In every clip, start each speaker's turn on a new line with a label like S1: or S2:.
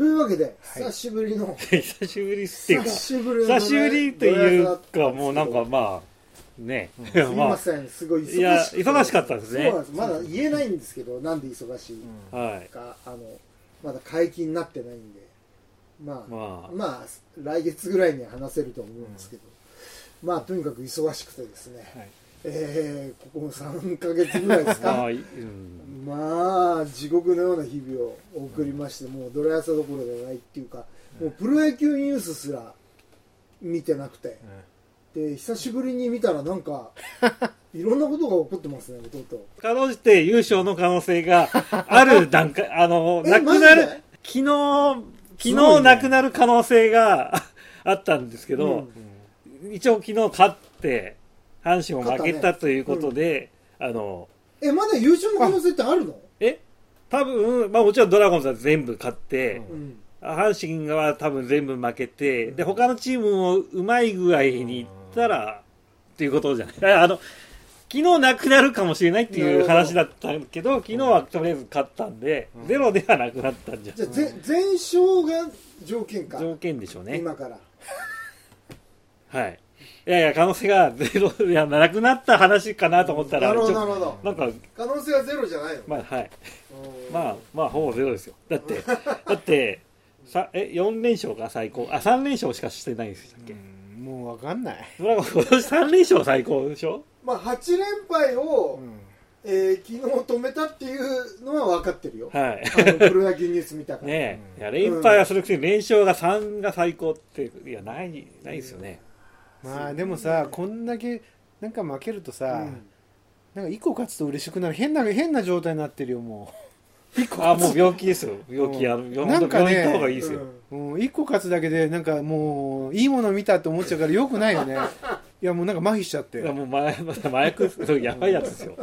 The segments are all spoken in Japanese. S1: わけで、
S2: はい
S1: 久しぶり の
S2: 久しぶりっていうか
S1: 久しぶりのね
S2: 久しぶりと
S1: ド
S2: いう
S1: ラ
S2: か
S1: イブだったですけど
S2: もうなんかまあね
S1: すみ
S2: ま
S1: ま
S2: あ
S1: せんすごい忙し
S2: いや忙しかったです
S1: そう
S2: ね
S1: なんですまだ言えないんですけどなんで忙しい
S3: うん
S2: はい
S1: かあのまだ解禁になってないんでまあ
S2: まあ
S1: まあ来月ぐらいには話せると思うんですけど、まあとにかく忙しくてですね、
S3: はい
S1: えーここも3ヶ月ぐらいです
S2: ま
S1: か
S2: あうん
S1: まあ地獄のような日々を送りまして、もうドラヤサどころではないっていうか、もうプロ野球ニュースすら見てなくて、で久しぶりに見たらなん かいろんなことが起こってますね弟
S2: かろうじて優勝の可能性がある段階あの
S1: え
S2: なくな
S1: マジ
S2: る昨日昨日なくなる可能性があったんですけど、
S1: うん
S2: 一応昨日勝って阪神も負け
S1: 勝った
S2: た
S1: ね
S2: ということで、あの
S1: えまだ優勝の可能性ってあるの
S2: え多分、まあ、もちろんドラゴンズは全部勝って、
S3: うん
S1: うん
S2: 阪神は多分全部負けて、
S3: うん
S2: で他のチームもうまい具合にいったら、っていうことじゃないあの昨日なくなるかもしれないっていう話だったけど昨日はとりあえず勝ったんで、
S3: うん
S2: ゼロではなくなったんじゃ
S1: じゃあ、ぜ全勝が条件か
S2: 条件でしょうね
S1: 今から
S2: はいいやいや可能性がゼロではなくなった話かなと思ったら、
S1: なるほ
S2: ち
S1: ど
S2: ょ
S1: な
S2: っ
S1: るほど
S2: となんか
S1: 可能性はゼロじゃないの、
S2: まあはい
S1: うん
S2: まあまあほぼゼロですよだってだってさえ4連勝が最高あ3連勝しかしてないんでしたっけ、
S3: うんもう分かんない、
S2: ドラゴン今年3連勝最高でしょ
S1: まあ8連敗を、
S3: うん
S1: えー昨日止めたっていうのは分かってるよ、
S2: はい
S1: あのプロ野球ニュース見たから、
S2: ねえ、
S3: うん
S2: いや連敗はするくせに連勝が3が最高っていやないないですよね、
S3: まあでもさこんだけなんか負けると
S1: う
S3: さ、
S1: ん
S3: なんか一個勝つと嬉しくなる変な変な状態になってるよも
S2: あもう病気ですよ病気やる、病
S3: なんかね
S2: 病院行った方がいいですよ、
S3: う、うん、一個勝つだけでなんかもういいもの見たって思っちゃうからよくない よねいやもうなんか麻痺しちゃって
S2: いやもう前また麻薬そうやばいやつですよ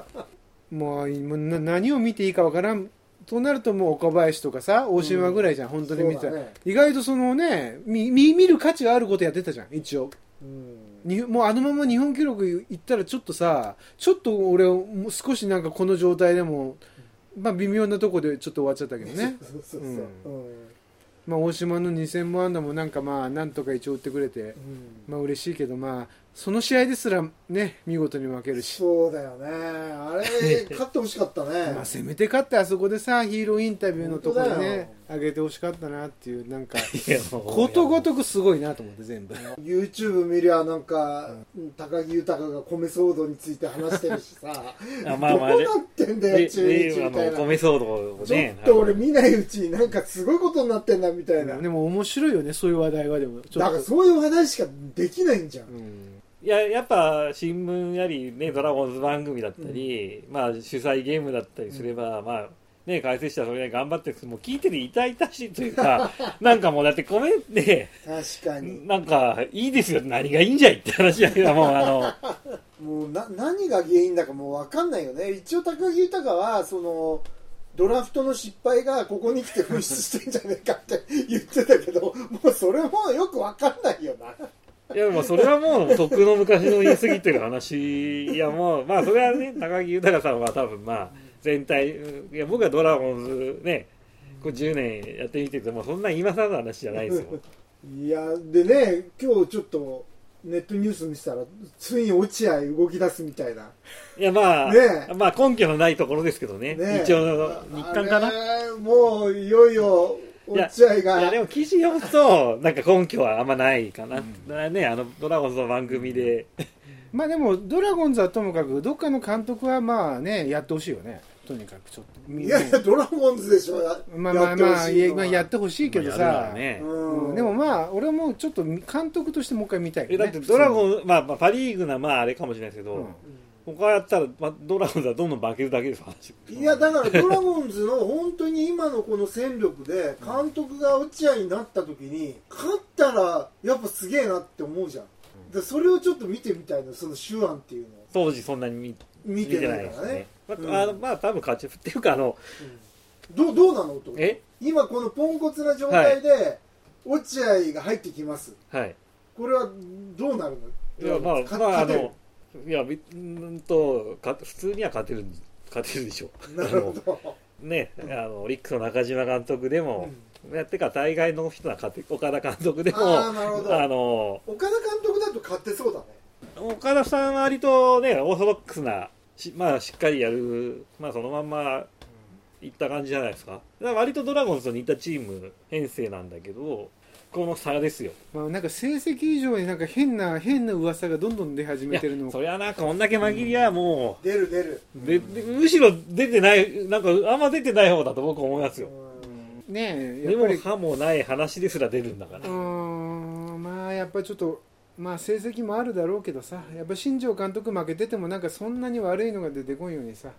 S3: もうもうな何を見ていいかわからんとなるともう岡林とかさ大島ぐらいじゃん、本当に見てた
S1: そう
S3: ら、
S1: だね
S3: 意外とそのね見見見る価値があることやってたじゃん一応
S1: うん
S3: にもうあのまま日本記録いったらちょっとさちょっと俺もう少しなんかこの状態でも、まあ、微妙なとこでちょっと終わっちゃったけどね
S1: そうそうそう、うん
S3: まあ大島の2000本安打もなんかまあなんとか一応打ってくれて
S1: うん
S3: まあ嬉しいけどまあその試合ですらね見事に負けるし、
S1: そうだよねあれ勝ってほしかったね
S3: まあ、せめて勝ってあそこでさヒーローインタビューのところ
S1: 本当だよ
S3: ね上げてほしかったなっていうな んか
S2: いやもう
S3: ことごとくすごいなと思って全部
S1: YouTube 見りゃなんか、高木豊が米騒動について話してるしさ
S2: あまあま あ
S1: ど
S2: で
S1: うなってんだ
S2: で
S1: よ中日
S2: であ
S1: みたい
S2: の
S1: な、
S2: 米騒動を
S1: ちょ
S2: ね
S1: っと俺見ないうちになんかすごいことになってんだみたいな、
S3: でも面白いよねそういう話題はでもち
S1: だからそういう話しかできないんじゃん、
S3: うん
S2: いややっぱ新聞やり、ね、ドラゴンズ番組だったり、まあ、主催ゲームだったりすれば、まあね、解説者はそれなりに頑張ってるんですけどもう聞いてて痛々しいというか なんかもうだってコメントで
S1: 確かに
S2: なんかいいですよ何がいいんじゃいって話だけどもうあの
S1: もうな何が原因だかもう分かんないよね一応高木豊はそのドラフトの失敗がここに来て噴出してんじゃねえかって言ってたけどもうそれもよく分かんないよない
S2: やもうそれはもうとっくの昔の言い過ぎてる話いやもうまあそれはね高木豊さんは多分まあ全体いや僕はドラゴンズねこう10年やってみててもそんな今更の話じゃないですよ
S1: いやでね今日ちょっとネットニュース見てたらついに落合動き出すみたいない
S2: やまあ、
S1: ねえ
S2: まあ根拠のないところですけどね、
S1: ね
S2: 一応日刊かな
S1: あ。れもういよいよ落合
S2: いや
S1: が
S2: でも記事読むと、なんか根拠はあんまないかな、だからね、あのドラゴンズの番組で、
S3: まあでもドラゴンズはともかくどっかの監督はまあねやってほしいよねとにかくちょっとみ
S1: いやいやドラゴンズでしょや
S3: まあまあ
S1: ってほ
S3: まあ
S1: しいの
S3: いやま
S1: は
S3: あやってほしいけど
S2: やるな
S3: さ
S2: ら、ね
S1: う
S3: うんんでもまあ俺はもうちょっと監督としてもう一回見たいよ、
S2: え
S3: ね、
S2: だってドラゴン、まあ、まあパ・リーグな、まあ、あれかもしれないですけど、
S3: うん
S2: 他やったら、まあ、ドラゴンズはどんどん負けるだけです、話
S1: いやだからドラゴンズの本当に今のこの戦力で監督が落合になった時に勝ったらやっぱすげえなって思うじゃんでそれをちょっと見てみたいのその手腕っていうのを
S2: 当時、そんなに見
S1: 見てないからね
S2: 見てないですね
S1: うん
S2: まあ、あのまあ、多分勝ち、っていうか、あの、
S1: どうどうなのと
S2: え
S1: 今このポンコツな状態で落合が入ってきます
S2: はい。
S1: これはどうなる
S2: いや
S1: の
S2: まあ
S1: か
S2: まああ
S1: 勝てる
S2: のいやびうーんとか普通には勝てる勝てるでしょう
S1: なるほど
S2: あのねあのオリックスの中島監督でも、やってか大概の人は勝て岡田監督でも
S1: あーなるほど
S2: あの
S1: 岡田監督だと勝ってそうだね
S2: 岡田さんは割とねオーソドックスなし,、まあ、しっかりやる、まあ、そのまんまいった感じじゃないですかだから割とドラゴンズと似たチーム編成なんだけどこの差ですよ
S3: まあ、なんか成績以上になんか変な変な噂がどんどん出始
S2: い
S3: め
S2: や
S3: てるの
S2: そりゃなんかこんだけ紛りゃも
S1: 出る出る
S2: う、ででむしろ出てないなんかあんま出てない方だと僕思いますよ
S1: うん
S3: ねえ
S2: で
S3: やっぱ
S2: も
S3: りう
S2: 歯もない話ですら出るんだから
S3: ーんまあやっぱちょっとまあ成績もあるだろうけどさやっぱ新庄監督負けててもなんかそんなに悪いのが出てこんようにさ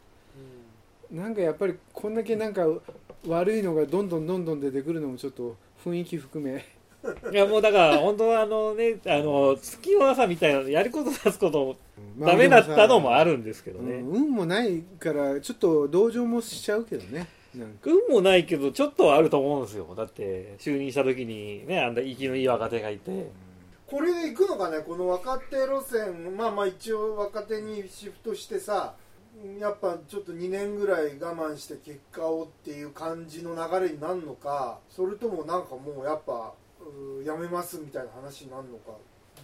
S3: なんかやっぱりこんだけなんか悪いのがどんどんどんどん出てくるのもちょっと雰囲気含め
S2: いやもうだから本当はあのねあの月の朝みたいなのやること出すことも
S3: まあ
S2: ダメだったのもあ
S3: で
S2: るんですけど
S3: もさ
S2: ね、
S3: うん運もないからちょっと同情もしちゃうけどねなんか
S2: 運もないけどちょっとはあると思うんですよだって就任した時にねあんな生きのいい若手がいて、
S1: これで行くのかねこの若手路線まあまあ一応若手にシフトしてさやっぱちょっと2年ぐらい我慢して結果をっていう感じの流れになるのかそれともなんかもうやっぱうーやめますみたいな話になるのか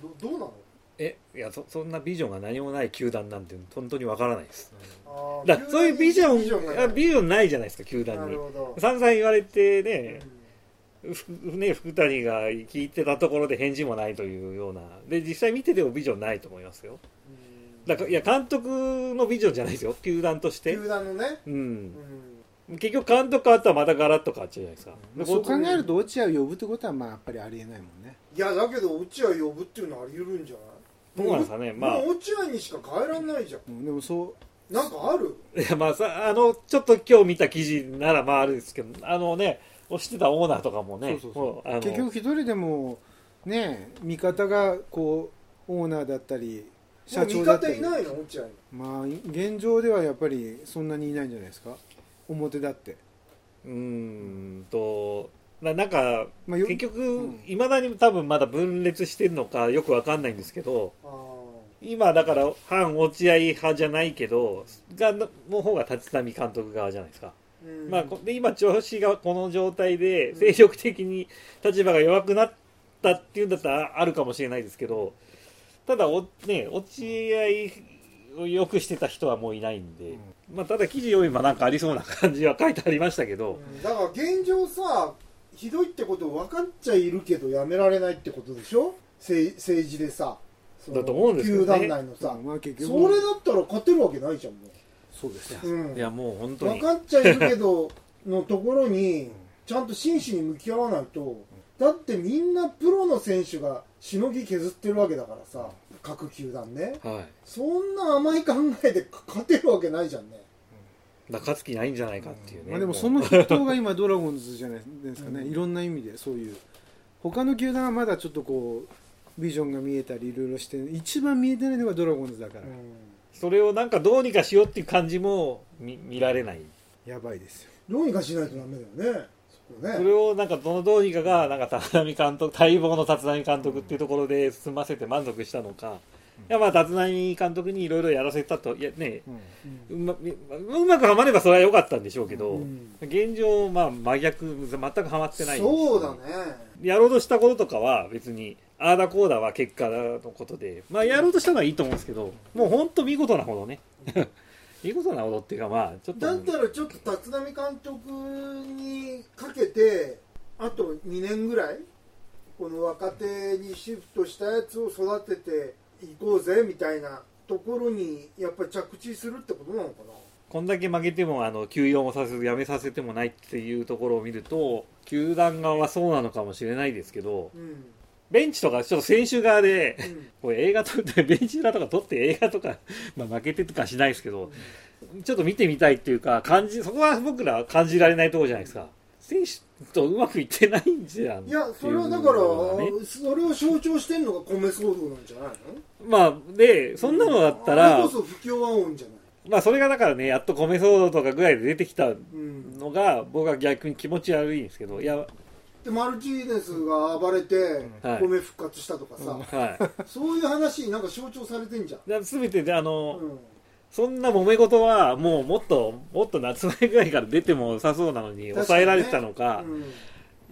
S1: どどうなの
S2: えいやそそんなビジョンが何もない球団なんて本当にわからないです
S1: あー
S2: だからそういうビジョンビジ
S1: が
S2: ョン
S1: ない
S2: ビジョンないじゃないですか球団
S1: な
S2: に
S1: るほど、
S2: 散々言われて
S1: う
S2: ね,
S1: ん
S2: ふ、ね福谷が聞いてたところで返事もないというようなで実際見ててもビジョンないと思いますよだからいや監督のビジョンじゃないですよ球団として
S1: 球団のね、
S2: う
S1: うんん、
S2: 結局監督変わったらまたガラッと変わっちゃうじゃないですか、
S3: まあそう考えると落合を呼ぶってことはまあやっぱりありえないもんね
S1: いやだけど落合呼ぶっていうのはあり得るんじゃ
S2: ど
S1: ないう
S2: なんですかねまあ
S1: もう落合にしか変えらんないじゃん
S3: うんでもそう
S1: なんかある
S2: いやまあさあのちょっと今日見た記事ならまああれですけどあのね押してたオーナーとかもね
S3: そうそうそう
S2: もうあの
S3: 結局一人でもね味方がこうオーナーだったり
S1: もう
S3: 社
S1: 味
S3: 長だっ
S1: 方
S3: た
S1: い
S3: り
S1: ないの落合に
S3: まあ現状ではやっぱりそんなにいないんじゃないですか表だって、
S2: うーんとななんか
S3: まあ、よ
S2: 結局
S3: ん
S2: いま、未だに多分まだ分裂してるのかよくわかんないんですけど
S1: あ
S2: 今だから反落合派じゃないけどがのの方が立浪監督側じゃないですか、
S1: ー、うん
S2: まあ、こで 今調子がこの状態で精力的に立場が弱くなったっていうんだったらあるかもしれないですけどただお、ね、落合をよくしてた人はもういないんで、まあ、ただ記事読めばなんかありそうな感じは書いてありましたけど、
S1: うんだから現状さひどいってこと分かっちゃいるけどやめられないってことでしょ政政治でさその
S2: だと思うんですけどね
S1: 球団内のさ、
S3: まあ結局
S1: それだったら勝てるわけないじゃんも
S3: そうですよ
S1: う、うん、
S2: いやもう本当
S1: 分
S2: に
S1: かっちゃいるけどのところにちゃんと真摯に向き合わないとだってみんなプロの選手がしのぎ削ってるわけだからさ各球団ね
S2: は
S1: そんな甘い考えで勝てるわけないじゃんね
S2: い、中月ないんじゃないかっていうね、
S3: まあ、でも
S2: う
S3: その筆頭が今ドラゴンズじゃないですかね、
S1: うん
S3: いろんな意味でそういう他の球団はまだちょっとこうビジョンが見えたりいろいろして一番見えてないのがドラゴンズだから、
S2: それをなんかどうにかしようっていう感じも見見られない
S3: やばいですよ
S1: どうにかしないとダメだよねそこ
S2: そ
S1: ね
S2: れをなんかどのどうにかがなんか立浪監督待望の立浪監督っていうところで済ませて満足したのか、いやまあ立浪監督にいろいろやらせたといやねうまうまくはまればそれは良かったんでしょうけど、
S1: うん
S2: 現状まあ真逆全くはまってないんですよ
S1: そうだね
S2: やろうとしたこととかは別にああだこうだは結果のことでまあやろうとしたのはいいと思うんですけどもう本当見事なほどね 見事なほどっていうかまあちょっと
S1: だったらちょっと立浪監督にかけてあと2年ぐらいこの若手にシフトしたやつを育てていこうぜみたいなところにやっぱり着地するってことなのか
S2: こんだけ負けてもあの休養もさせず辞めさせてもないっていうところを見ると球団側はそうなのかもしれないですけど
S1: なうん、
S2: ベンチとかちょっと選手側で
S1: うん
S2: こう映画撮ってベンチ裏とか撮って映画とか、 まあ、負けてとかしないですけどちょっと見てみたいっていうか感じそこは僕らは感じられないところじゃないですか選手とうまくいってないんじ ゃん
S1: いやそれはだか
S2: っていうのがね
S1: らそれを象徴してんのが米騒動なんじゃないの
S2: まあでそんなのだった
S1: あれ
S2: ら
S1: こそ不協和音じゃない、
S2: まあそれがだからねやっと米騒動とかぐらいで出てきた
S1: うん、
S2: のが僕は逆に気持ち悪いんですけどいや
S1: でマルチーネスが暴れて
S2: はい
S1: 米復活したとかさ、
S2: はい
S1: そういう話になんか象徴されてんじゃん、
S2: だ全てであの、
S1: うん
S2: そんな揉め事はもうもっともっと夏前ぐらいから出ても良さそうなのに
S1: 確
S2: 抑
S1: かにね
S2: えられてたのか
S1: うん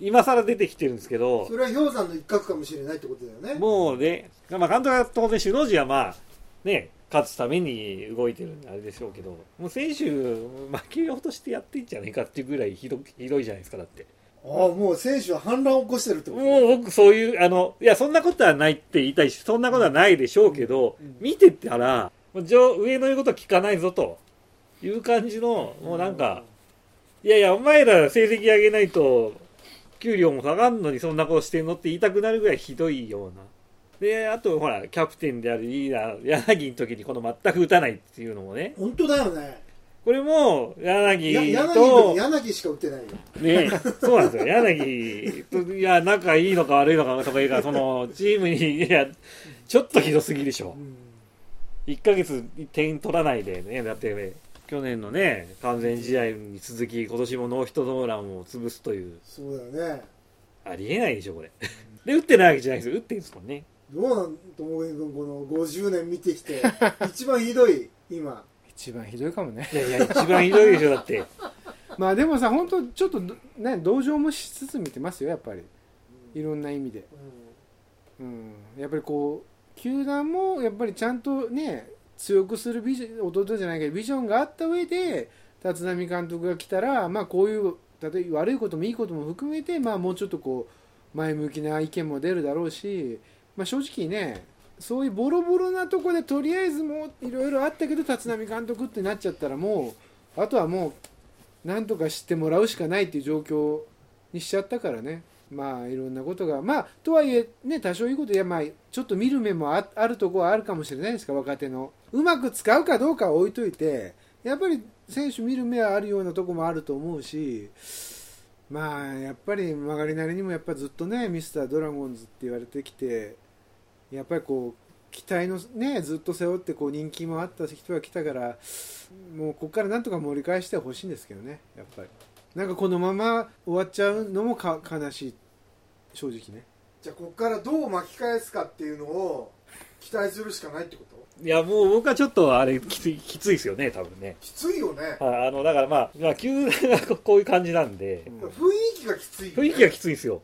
S2: 今更出てきてるんですけど
S1: それは氷山の一角かもしれないってことだよね
S2: もうね、まあ、監督は当然首脳陣はまあね勝つために動いてるんであれでしょうけどもう選手負けようとしてやってんじゃねえかっていうぐらいひどひどいじゃないですかだって
S1: ああもう選手は反乱を起こしてるってこと
S2: もう僕そういうあのいやそんなことはないって言いたいしそんなことはないでしょうけど、
S1: うん
S2: 見てたらもう上上の言うことは聞かないぞという感じのもうなんか、いやいやお前ら成績上げないと給料も下がんのにそんなことしてんのって言いたくなるぐらいひどいようなであとほらキャプテンであるリーダー柳の時にこの全く打たないっていうのもね
S1: 本当だよね
S2: これも
S1: い
S2: 柳
S1: や柳
S2: と
S1: 君柳しか打ってないよ
S2: ね、そうなんですよ、柳と、いや、仲いいのか悪いのかとかいうか、そのチームに、いや、ちょっとひどすぎでしょ
S1: う、ん
S2: 1ヶ月点取らないでね、だって、去年のね、完全試合に続き、今年もノーヒットノーランを潰すという、
S1: そうだよね
S2: ありえないでしょ、これ。で、打ってないわけじゃないですよ、打ってるんですもんね。
S1: どうなんともげん君この50年見てき て一番ひどい今
S3: 一番ひどいか もね
S2: いやいや、一番ひどいでしょ、だって。
S3: まあでもさ本当ちょっとどね同情もしつつ見てますよやっぱりいろんな意味で、うん、やっぱりこう球団もやっぱりちゃんとね強くするビジョン弟じゃないけどビジョンがあった上で立浪監督が来たらまあこういう例えば悪いこともいいことも含めてまあもうちょっとこう前向きな意見も出るだろうし、まあ、正直ねそういうボロボロなとこでとりあえずもういろいろあったけど立浪監督ってなっちゃったらもうあとはもうなんとか知ってもらうしかないっていう状況にしちゃったからねまあいろんなことがまあとはいえね多少いいこといやまあちょっと見る目もああるとこはあるかもしれないですから若手のうまく使うかどうかは置いといてやっぱり選手見る目はあるようなとこもあると思うしまあやっぱり曲がりなりにもやっぱずっとねミスタードラゴンズって言われてきてやっぱりこう期待のねずっと背負ってこう人気もあった人が来たからもうここからなんとか盛り返してほしいんですけどねやっぱりなんかこのまま終わっちゃうのもか悲しい正直ね
S1: じゃあここからどう巻き返すかっていうのを期待するしかないってこと
S2: いや、もう僕はちょっと、あれ、きつい、きついですよね、多分ね。
S1: きついよね
S2: ああの、だからまあ、まあ、球団がここういう感じなんで、
S1: 雰囲気がきついよ
S2: 雰
S1: ね
S2: 囲気がきついんですよ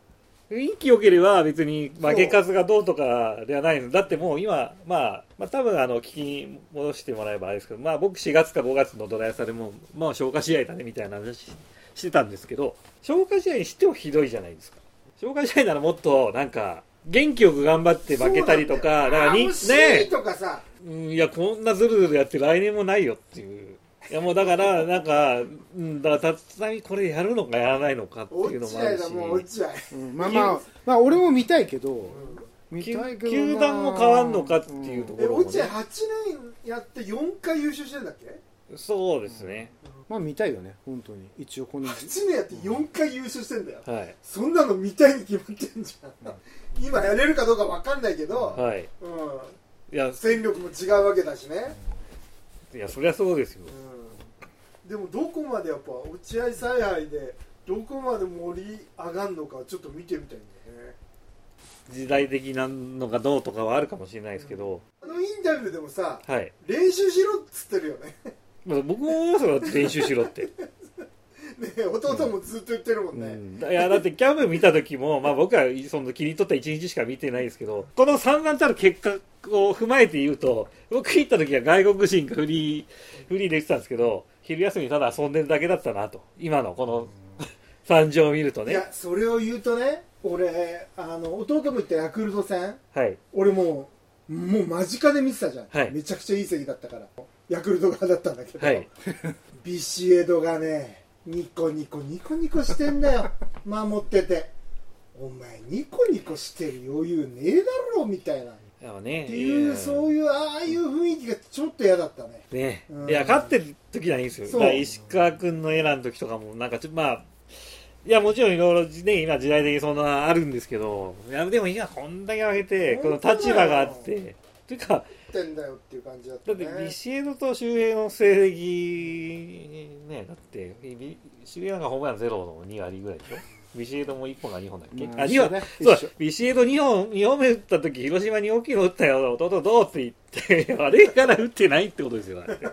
S2: 雰囲気良ければ別に負け数がどうとかではないんですだってもう今、まあ、まあ多分あの聞きに戻してもらえばあれですけど、まあ、僕4月か5月のドラヤサでもう、まあ、消化試合だねみたいな話ししてたんですけど消化試合にしてもひどいじゃないですか消化試合ならもっとなんか元気よく頑張って負けたりとか
S1: そうなんだよ
S2: に
S1: あー惜しいとかさ
S2: うんいやこんなズルズルやって来年もないよっていういやもうだからなんか、うん、だから立浪これやるのかやらないのかっていうの
S1: 落
S2: も
S1: 合
S2: あるし
S1: だもう落合
S3: うんまあまあまあ俺も見たいけど、見
S2: 球
S3: たいけどな
S2: 球団も変わんのかっていうとこ
S1: え
S2: ろも、
S1: 落合
S2: ね、
S1: 8年やって4回優勝してるんだっけ
S2: そうですね、
S3: まあ見たいよね本当に一応この
S1: 8年やって4回優勝してんだよ
S2: はい
S1: そんなの見たいに決まってんじゃん今やれるかどうか分かんないけど、
S2: はい
S1: うん、
S2: いやそ
S1: 戦力も違うわけだしね、
S2: いやそりゃそうですよ
S1: うん、でもどこまでやっぱ落合采配でどこまで盛り上がるのかちょっと見てみたいんだよね
S2: 時代的なのかどうとかはあるかもしれないですけど、
S1: あのインタビューでもさ
S2: はい
S1: 練習しろっつってるよね
S2: まあ僕もそれは練習しろって、
S1: ね弟もずっと言ってるもん
S2: う
S1: ね、
S2: ん、いやだってキャブ見た時も、まあ、僕はその切り取った1日しか見てないですけどこの散々たる結果を踏まえて言うと僕行った時は外国人がフリーフリーで言ってたんですけど昼休みただ遊んでるだけだったなと今のこの 惨状を見ると
S1: い
S2: ね
S1: やそれを言うとね俺あの弟も言ったヤクルト戦
S2: はい
S1: 俺もうもう間近で見てたじゃん、
S2: はい
S1: めちゃくちゃいい席だったからヤクルト側だったんだけど、
S2: はい
S1: ビシエドがねニコニコニコニコしてんだよ 守っててお前ニコニコしてる余裕ねえだろみたいなっ
S2: いやね、
S1: ていう
S2: う
S1: そういうああいう雰囲気がちょっと嫌だったね
S2: ね、
S1: うん
S2: いや勝ってる時はいいんですよ
S1: そ
S2: だ
S1: う
S2: から石川君のエラーの時とかもなんかちょまあいやもちろんいろいろね今時代的にそんなあるんですけどいやでも今こんだけ上げてこの
S1: 本当だよ
S2: 立場があってというか
S1: 言ってんだよっていう感じだった
S2: だっ
S1: ね
S2: てビシエドと周平の成績ねだってビ周平なんかホームランゼロの2割ぐらいでしょビシエドも1本が2本だっけ、
S3: まあ
S2: あ2
S3: 一緒だ
S2: 本そう
S3: 一緒
S2: ビシエド2本2本目打った時広島に大きいの打ったよ弟どうって言ってあれから打ってないってことですよだって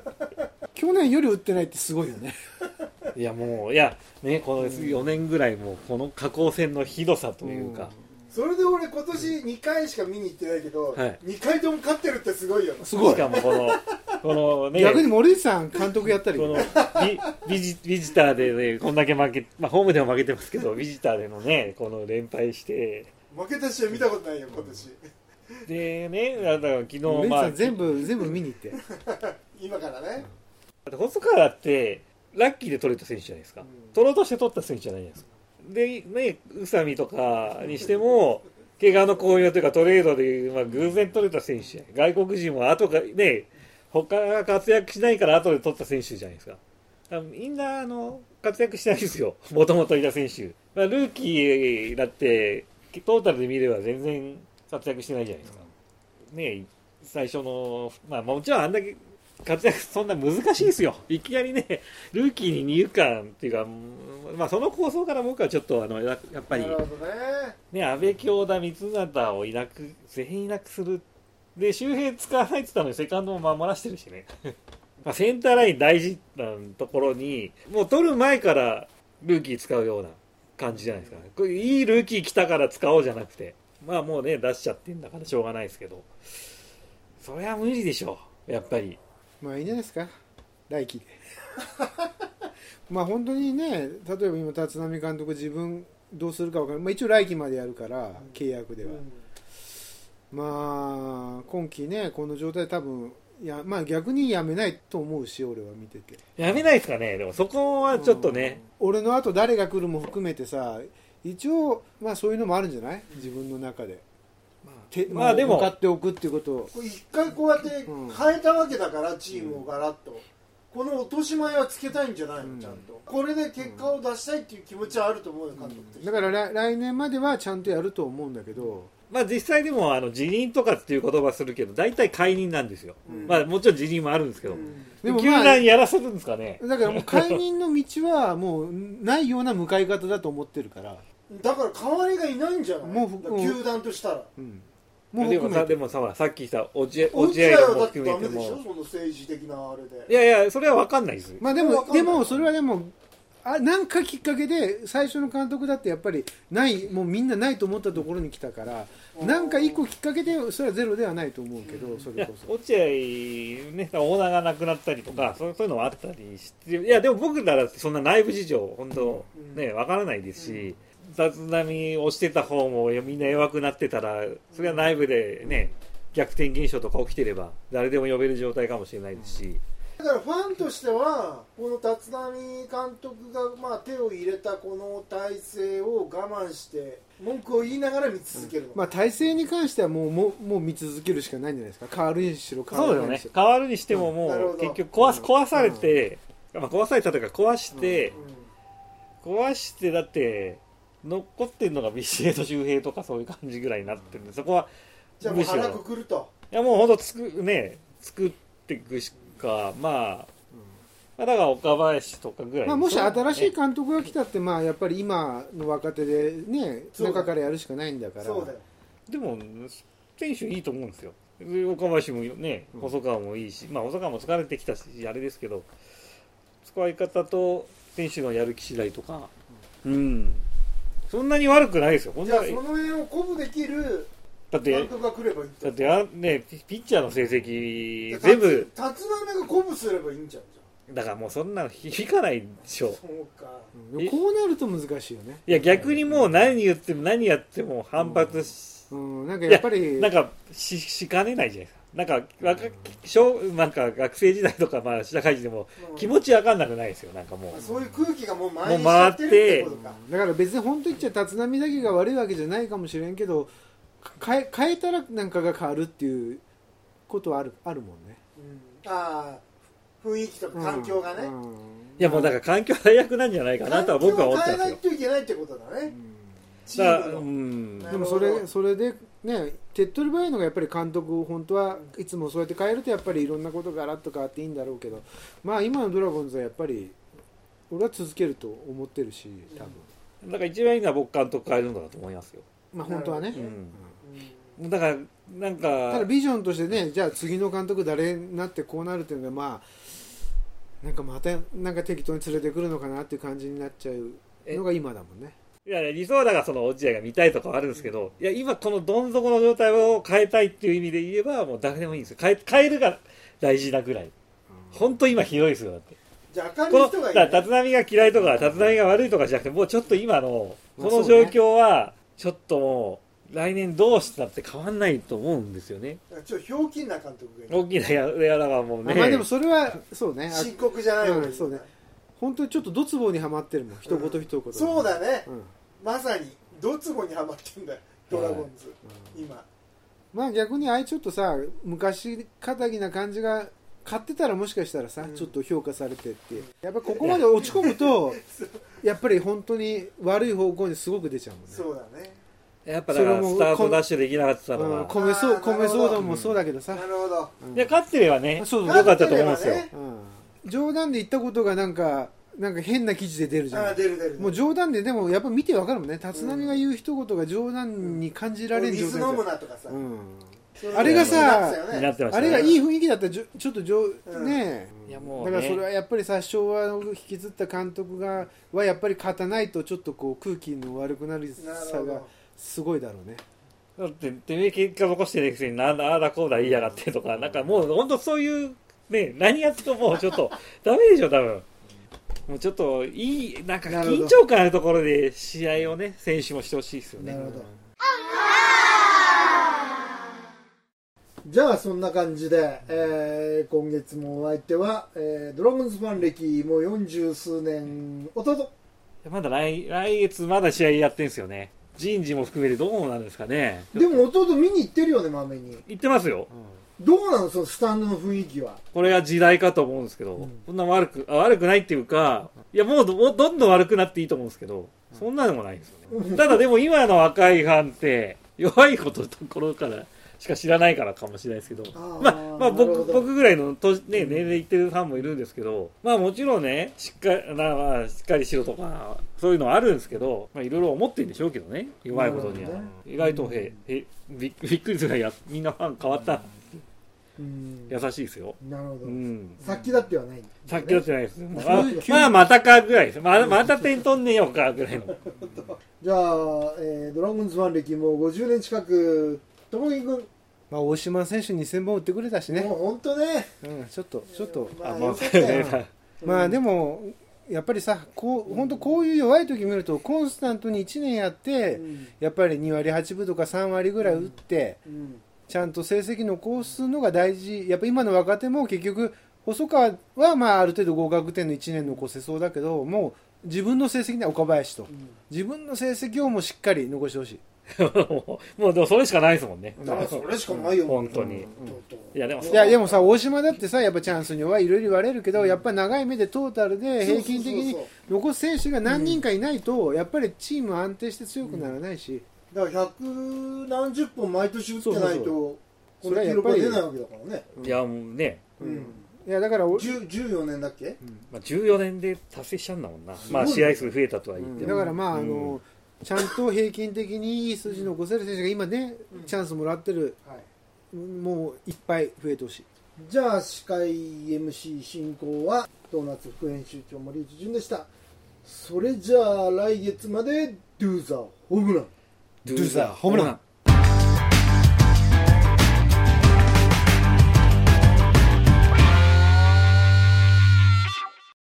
S3: 去年より打ってないってすごいよね
S2: いやもういやねこの4年ぐらいもうこの下降線のひどさというか、
S1: それで俺今年2回しか見に行ってないけど、
S2: はい
S1: 2回とも勝ってるってすごいよね
S3: すごい
S2: しかもこ のこのね
S3: 逆に森内さん監督やったり
S2: このビビジビジターで、ね、こんだけ負け、まあ、ホームでも負けてますけどビジターでのねこの連敗して
S1: 負けた試合見たことないよ今年
S2: でねだから昨日
S3: 森内
S2: ま
S3: さ
S2: あ
S3: ん全部全部見に行って
S1: 今からね、
S2: だって細川ってラッキーで取れた選手じゃないですか、
S1: うん
S2: 取ろうとして取った選手じゃないですかでね宇佐美とかにしても怪我の巧妙というかトレードで、まあ、偶然取れた選手じゃない外国人も後がね他が活躍しないから後で取った選手じゃないですかだからみんなあの活躍しないですよもともといた選手、まあ、ルーキーだってトータルで見れば全然活躍してないじゃないですか、ね最初の、まあ、もちろんあんだけ活躍そんな難しいですよ、いきなりね、ルーキーに二遊間っていうか、うんまあ、その構想から僕はちょっとあのややっぱり
S1: な、るほどね
S2: ね、安倍京田、三俣をいなく全員いなくする、で周平使わないって言ったのに、セカンドも守らせてるしね、 まあセンターライン大事なところに、もう取る前からルーキー使うような感じじゃないですか、これいいルーキー来たから使おうじゃなくて、まあもうね、出しちゃってんだからしょうがないですけど、そりゃ無理でしょう、やっぱり。
S3: まあいいんじゃないですか来季で まあ本当にね例えば今立浪監督自分どうするか分からない、まあ、一応来季までやるから契約では、まあ今季ねこの状態多分いやまあ逆にやめないと思うし俺は見てて
S2: やめないですかね、でもそこはちょっとね、
S3: 俺の後誰が来るも含めてさ一応まあそういうのもあるんじゃない自分の中で、まあ、て
S2: まあ
S3: まあ
S2: で
S3: で
S2: も
S3: も向かっておくっていうことを
S1: これ一回こうやって変えたわけだから、チームをガラッと、この落とし前はつけたいんじゃないの、
S3: うん
S1: ちゃんとこれで結果を出したいっていう気持ちはあると思うよ監督として、
S3: だから来来年まではちゃんとやると思うんだけど、
S2: まあ実際でもあの辞任とかっていう言葉するけど、大体解任なんですよ、
S1: うん
S2: まあもちろん辞任もあるんですけど、
S3: でも
S2: 球
S3: まあ
S2: 団やらせるんですかね、
S3: だからもう解任の道はもうないような向かい方だと思ってるから、
S1: だから代わりがいないんじゃない
S3: もう
S1: だから球団としたら
S3: うん、もう
S2: でも
S3: 含
S2: さ
S3: め
S2: で
S3: て
S2: もさ、ほらさっきさ、落合
S1: 落
S2: 落
S1: 合
S2: 合
S1: は
S2: も
S1: だって
S2: 含め
S1: ダメ
S2: て
S1: でしょ
S2: も、
S1: その政治的なあれで
S2: いやいや、それは分かんないです、
S3: まあで
S1: わ
S3: も
S1: かんない
S3: でもそれはでもあなんかきっかけで最初の監督だってやっぱりないもうみんなないと思ったところに来たからなんか一個きっかけでそれはゼロではないと思うけどそ
S2: い
S3: れ
S2: や
S3: こそ。
S2: 落合、ね、オーナーが亡くなったりとか、そうそういうのもあったりして、いや、でも僕ならそんな内部事情、本当、
S1: うん
S2: ね、わからないですし、立浪をしてた方もみんな弱くなってたら、それは内部でね、逆転現象とか起きてれば、誰でも呼べる状態かもしれないですし、
S1: だからファンとしてはこの立浪監督がまあ手を入れたこの体制を我慢して文句を言いながら見続けるの、
S3: まあ体制に関してはもうもうもう見続けるしかないんじゃないですか変わるにしろ変
S2: そう
S3: わ
S2: だ
S3: ら
S2: よ
S3: な
S2: ね
S3: いにしろ、
S2: 変わるにしてもも
S1: なるほ
S2: う、
S1: ど
S2: 結局壊す、壊されて、まあ、壊されたというか、壊して、壊してだって残ってるのがビシエド周平とかそういう感じぐらいになってるんでそこは
S1: じゃあも
S2: む
S1: う
S2: しろ
S1: 腹くくると
S2: いやもうほんとつくね作っていくしかまあ、まあだから岡林とかぐらい
S3: まあ、もし新しい
S2: か
S3: 監督が来たって、まあ、やっぱり今の若手で、ね、
S1: そうだ
S3: 中からやるしかないんだから
S1: そうだよ
S2: でも選手いいと思うんですよで岡林もね
S3: うん
S2: 細川もいいし、まあ細川も疲れてきたしあれですけど使い方と選手のやる気次第とかうん、そんなに悪くないですよほん
S1: じ
S2: な
S1: ゃあ
S2: ら
S1: その辺を鼓舞できる
S2: だって
S1: 監督が来ればいい
S2: だ
S1: と
S2: ってあねピピッチャーの成績
S1: 立
S2: 全部
S1: 立浪が鼓舞すればいいんじゃんじ
S2: だからもうそんなの響かないでし
S1: ゃあ
S2: ょ
S1: そうか
S3: うんこうなると難しいよね、
S2: いや逆にもう何言っても何やっても反発し、
S3: うん、なんかやっぱり
S2: なんかししかねないじゃないですかなんか若小なんか学生時代とかまあ社会人でも
S1: うん
S2: 気持ちわかんなくないですよなんかも
S1: あ
S2: う
S1: そういう空気がもう前にしちゃってるってことか
S3: だから別に本当言っちゃ立浪だけが悪いわけじゃないかもしれんけどか変え変えたらなんかが変わるっていうことはあるあるもんね
S1: うんああ雰囲気と
S3: う
S1: か
S3: ん
S1: 環境がね、
S3: うん
S2: いやもうだから環境最悪なんじゃないかな
S1: 環
S2: と
S1: 境
S2: は僕は思
S1: を
S2: って
S1: 変えな
S2: ます
S1: い
S2: よ
S1: といけないってことだねチ
S2: だから
S1: ームの
S2: うん
S1: な
S3: で
S1: る
S3: も
S1: ほど
S3: それそれでね手っ取り早いのがやっぱり監督を本当はいつもそうやって変えるとやっぱりいろんなことがガラッと変わっていいんだろうけどまあ今のドラゴンズはやっぱり俺は続けると思ってるし多分
S2: だから一番いいのは僕監督変えるのだと思いますよ、
S3: まあ本当はね
S1: なるほど
S2: うん
S1: うん
S2: だからなんか
S3: ただビジョンとしてねじゃあ次の監督誰になってこうなるっていうのがまあなんかまたなんか適当に連れてくるのかなっていう感じになっちゃうのが今だもんね
S2: いや、理想だがその落合が見たいとかはあるんですけど、いや、今このどん底の状態を変えたいっていう意味で言えば、もう誰でもいいんですよ。変え、変えるが大事なぐらい。本当今ひどいですよ、だって。
S1: じゃあ明
S2: こ
S1: るい
S2: の、
S1: 人が
S2: だ
S1: いい、
S2: から立浪が嫌いとか、立浪が悪いとかじゃなくて、もうちょっと今の、この状況は、ちょっともう、来年どうしたって変わんないと思うんですよね。
S1: だからちょっとひょうきんな監督がいい
S2: 大きなや、やらはもう
S3: あ
S2: ね。
S3: まあでもそれはそうねあ
S1: 深刻じゃない方がいい、
S3: うんそうね本当にちょっとドツボにはまってるもん一言一言、
S1: そうだね、
S3: うん
S1: まさにドツボにはまってんだよドラゴンズ、今
S3: まあ逆にああいうちょっとさ昔かたぎな感じが買ってたらもしかしたらさ、
S1: うん
S3: ちょっと評価されてってやっぱここまで落ち込む とやっぱり本当に悪い方向にすごく出ちゃうもんね
S1: そうだね
S2: やっぱだから、
S3: それも
S2: スタートダッシュできなかったの
S3: うん
S2: は。
S3: 米そう
S1: あーな
S3: 米
S1: るほど
S3: 騒動もそうだけどさ
S1: な、るほど
S3: うん
S2: いや、勝ってればね、
S3: そう
S2: 良
S3: そう
S2: かったと思うんですよ。
S1: 勝ってればね
S3: うん冗談で言ったことがなんかなんか変な記事で出るじ
S1: あ
S3: ゃ
S1: あ
S3: ん
S1: 出る出る
S3: もう冗談ででもやっぱ見てわかるもんね立浪が言う一言が冗談に感じられる
S1: リ
S3: 状
S1: ス
S3: 態
S1: 飲むなとかさ、そういうの
S3: あれがさ
S1: なってたよね
S2: になってました
S3: あ
S2: ね
S3: れがいい雰囲気だったらじょちょっと上、
S1: うん
S3: ねえ
S2: いやもうね
S3: だからそれはやっぱりさ昭和を引きずった監督がはやっぱり勝たないとちょっとこう空気の悪くなる
S1: なる
S3: さ
S1: ほ
S3: が
S1: ど
S3: すごいだろうね
S2: だって、てめえ結果残してるくせになんだ、ああだこうだ言いやがってとか、なんかもう本当そういう、ね、何やってももうちょっと、ダメでしょ、多分。もうちょっと、いい、なんか
S1: なるほど
S2: 緊張感あるところで試合をね、選手もしてほしいですよね。
S1: なるほどじゃあそんな感じで、えー今月もお相手は、えードラゴンズファン歴もう40数年弟
S2: まだ来、来月まだ試合やってんすよね。人事も含めてどうなんですかね。
S1: でも弟見に行ってるよねまめに
S2: 言ってますよ。
S1: どうなのそのスタンドの雰囲気は
S2: これが時代かと思うんですけど、
S1: ん
S2: そんな悪く、あ悪くないっていうか、いや、もうどもうどんどん悪くなっていいと思うんですけど、そんなのもないんですよね。ただでも今の若いファンって、弱いことところからしか知らないからかもしれないですけど、
S1: あー
S2: まあ、まあ
S1: なる
S2: 僕、
S1: ほど
S2: 僕ぐらいの年、ね、年齢いってるファンもいるんですけど、まあもちろんね、しっかり、なまあ、しっかりしろとか、そういうのはあるんですけど、まあいろいろ思ってるんでしょうけどね、弱いことには。
S1: なるほどね
S2: 意外と、へ、へ、びっびっくりするぐらいや、みんなファン変わった。
S1: うん
S2: 優しいですよ。
S1: なるほど、
S2: うん。
S1: 殺気だってはないんだよね
S2: さっきだってないです。まあ
S3: 急に、
S2: まあ、またかぐらいです。まあ、また点取んねえよかぐらいの。
S1: じゃあ、えードラゴンズファン歴もう50年近くともぎ君
S3: まあ、大島選手2000本打ってくれたし
S1: も
S3: ね、
S1: う本当ね
S3: うん、ちょっとちょっと、
S1: まあ
S2: あ、
S1: よ
S2: ま
S1: かったよ
S2: あ、
S3: まあでもやっぱりさこう本当こういう弱い時見るとコンスタントに1年やって、
S1: うん
S3: やっぱり2割8分とか3割ぐらい打って、
S1: うん
S3: ちゃんと成績残すのが大事やっぱ今の若手も結局細川はまあある程度合格点の1年残せそうだけどもう自分の成績には岡林と
S1: うん
S3: 自分の成績をもうしっかり残してほしい
S2: もう、もうでもそれしかないですもんね。
S1: だからそれしかないよ
S2: 本当に
S1: うんとうとう
S2: いやでも
S3: いやでもさ大島だってさやっぱチャンスにはいろいろ言われるけどやっぱ長い目でトータルで平均的に
S1: そうそうそう
S3: 残す選手が何人かいないとやっぱりチーム安定して強くならないし
S1: だから百何十本毎年打ってないとこ
S3: そうそうそうそれ
S1: の
S3: は
S1: 記
S3: やっ
S1: 録
S3: ぱ
S1: は
S3: り
S1: 出ないわけだからね
S2: いや、もうね、
S1: うん
S3: いやだからお
S1: 10 14年だっけ
S2: まあ、14年で達成しちゃうんだもんな。
S1: すごい
S2: まあ、試合数増えたとは言って
S3: だ
S2: も。
S3: からまああ
S2: う
S3: のちゃんと平均的にいい数字残せる選手が今ね
S1: うん
S3: チャンスもらってる
S1: はい
S3: もういっぱい増えてほしい
S1: じゃあ司会 MC 進行はドーナツ副編集長森内潤でしたそれじゃあ来月までドゥーザーホームラン
S2: ドゥーザー、ホームラン。